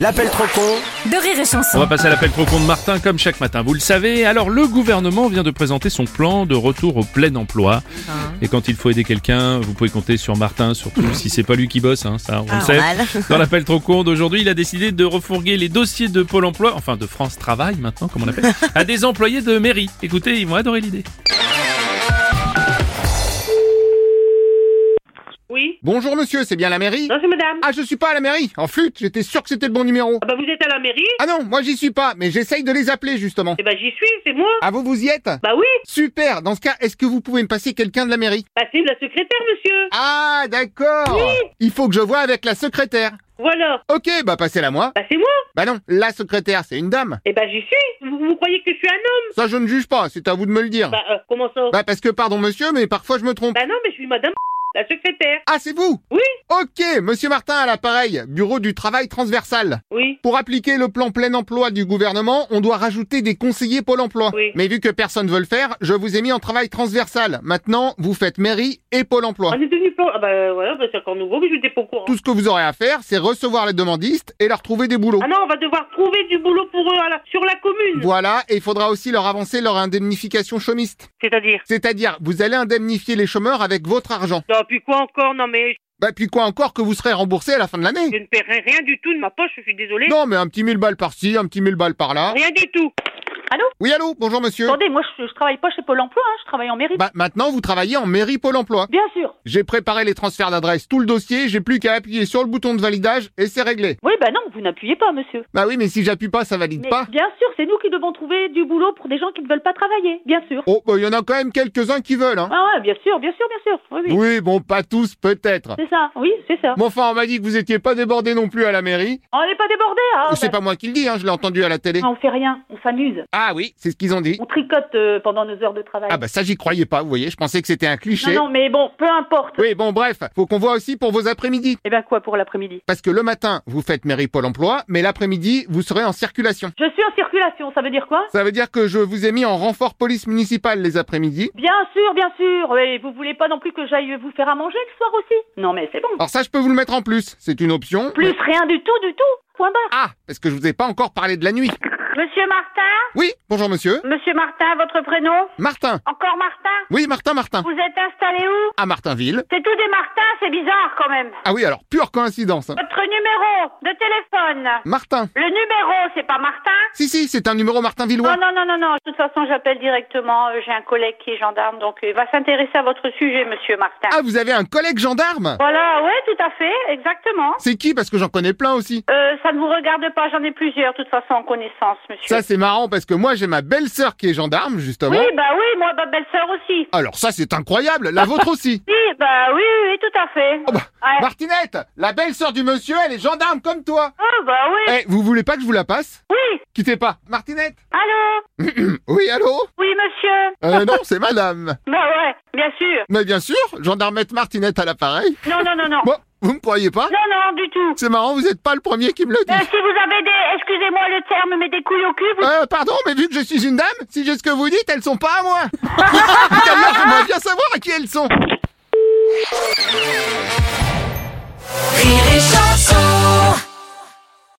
L'appel trop con de rire et On chanson. va passer à l'appel trop con de Martin, comme chaque matin, vous le savez. Alors, le gouvernement vient de présenter son plan de retour au plein emploi. Et quand il faut aider quelqu'un, vous pouvez compter sur Martin, surtout si c'est pas lui qui bosse, hein, ça, on le sait. normal. Dans l'appel trop con d'aujourd'hui, il a décidé de refourguer les dossiers de Pôle emploi, enfin de France Travail maintenant, comme on l'appelle, à des employés de mairie. Écoutez, ils vont adorer l'idée. Oui, Bonjour monsieur, c'est bien la mairie non, c'est madame. Ah, je suis pas à la mairie. En flûte, j'étais sûr que c'était le bon numéro. Ah bah vous êtes à la mairie Ah non, moi j'y suis pas, mais j'essaye de les appeler justement. Eh bah j'y suis, c'est moi. Ah vous, vous y êtes Bah oui, Super, dans ce cas, est-ce que vous pouvez me passer quelqu'un de la mairie bah c'est la secrétaire, monsieur. Ah, d'accord Il faut que je vois avec la secrétaire. Voilà, Ok, bah passez-la moi. bah c'est moi. Bah non, la secrétaire, c'est une dame. Eh bah j'y suis. Vous, vous croyez que je suis un homme Ça, je ne juge pas, c'est à vous de me le dire. Bah euh, comment ça Bah parce que, pardon monsieur, mais parfois je me trompe. Bah non, mais je suis madame la secrétaire. Ah, c'est vous Oui, Ok, monsieur Martin à l'appareil, bureau du travail transversal. oui. Pour appliquer le plan plein emploi du gouvernement, on doit rajouter des conseillers Pôle emploi. Oui. Mais vu que personne veut le faire, je vous ai mis en travail transversal. Maintenant, vous faites mairie et Pôle emploi. On est devenu plan. Ah bah voilà, bah, c'est encore nouveau, mais je n'étais pas au courant. Tout ce que vous aurez à faire, c'est recevoir les demandistes et leur trouver des boulots. Ah non, on va devoir trouver du boulot pour eux à la- sur la commune. Voilà, et il faudra aussi leur avancer leur indemnification chômiste. C'est-à-dire C'est-à-dire, vous allez indemnifier les chômeurs avec votre argent. Non, puis quoi encore Non mais Bah puis quoi encore que vous serez remboursé à la fin de je l'année ne paierai rien du tout de ma poche, je suis désolée. Non mais un petit mille balles par-ci, un petit mille balles par-là. Rien du tout. Oui allô, bonjour monsieur. Attendez, moi je, je travaille pas chez Pôle emploi, hein, je travaille en mairie. Bah maintenant vous travaillez en mairie Pôle emploi. Bien sûr. J'ai préparé les transferts d'adresse, tout le dossier, j'ai plus qu'à appuyer sur le bouton de validage et c'est réglé. Oui, bah non, vous n'appuyez pas, monsieur. Bah oui, mais si j'appuie pas, ça valide Mais pas. bien sûr, c'est nous qui devons trouver du boulot pour des gens qui ne veulent pas travailler, bien sûr. Oh, bah il y en a quand même quelques-uns qui veulent, hein. Ah ouais, bien sûr, bien sûr, bien sûr. Oui, oui. Oui, bon, pas tous, peut-être. C'est ça, oui, c'est ça. Bon, enfin, on m'a dit que vous étiez pas débordé non plus à la mairie. On n'est pas débordé, hein. c'est bah, pas moi qui le dis, hein, je l'ai entendu à la télé. non, on fait rien, on s'amuse, Ah oui, c'est ce qu'ils ont dit. on tricote euh, pendant nos heures de travail. Ah bah ça, j'y croyais pas, vous voyez, je pensais que c'était un non, cliché. non, mais bon, peu importe. Oui, bon, bref, faut qu'on voit aussi pour vos après-midi. Eh ben quoi pour l'après-midi Parce que le matin, vous faites mairie Pôle emploi, mais l'après-midi, vous serez en circulation. Je suis en circulation, ça veut dire quoi Ça veut dire que je vous ai mis en renfort police municipale les après-midi. Bien sûr, bien sûr. Oui, vous voulez pas non plus que j'aille vous faire à manger le soir aussi Non, mais c'est bon. Alors ça, je peux vous le mettre en plus. C'est une option. Plus rien du tout, du tout. Point barre. Ah, parce que je vous ai pas encore parlé de la nuit. Monsieur Martin Oui, bonjour monsieur. Monsieur Martin, votre prénom Martin. Encore Martin Oui, Martin, Martin. Vous êtes installé où À Martinville. C'est tout des Martins, c'est bizarre quand même. Ah oui, alors, pure coïncidence. hein. Votre numéro de téléphone. Martin. Le numéro, c'est pas Martin Si, si, c'est un numéro Non, martinvillois. non, non, non, non. De toute façon, j'appelle directement. Euh, J'ai un collègue qui est gendarme, donc euh, il va s'intéresser à votre sujet, monsieur Martin. Ah, vous avez un collègue gendarme Voilà, ouais, tout à fait, exactement. C'est qui Parce que j'en connais plein aussi. Euh, ça ne vous regarde pas, j'en ai plusieurs, de toute façon, en connaissance, monsieur. Ça, c'est marrant parce que moi, j'ai ma belle-sœur qui est gendarme, justement. oui, bah oui, moi, ma belle-sœur aussi. Alors ça, c'est incroyable. La vôtre aussi. Oui, bah oui, oui, tout à fait. Oh bah, Ouais. Martinette, la belle-sœur du monsieur, elle est gendarme comme toi. Oh, bah Eh, oui, vous voulez pas que je vous la passe oui. Quittez pas. Martinette Allô Oui, allô Oui, monsieur Euh, non, c'est madame. Bah ouais, bien sûr. Mais bien sûr, gendarmette Martinette à l'appareil. Non, non, non, non. Bon, vous me croyez pas Non, non, du tout. C'est marrant, vous n'êtes pas le premier qui me le Euh, dit. si vous avez des, excusez-moi le terme, mais des couilles au cul, vous... Euh, pardon, mais vu que je suis une dame, si j'ai ce que vous dites, elles sont pas à moi. D'ailleurs, j'aimerais bien savoir à qui elles sont.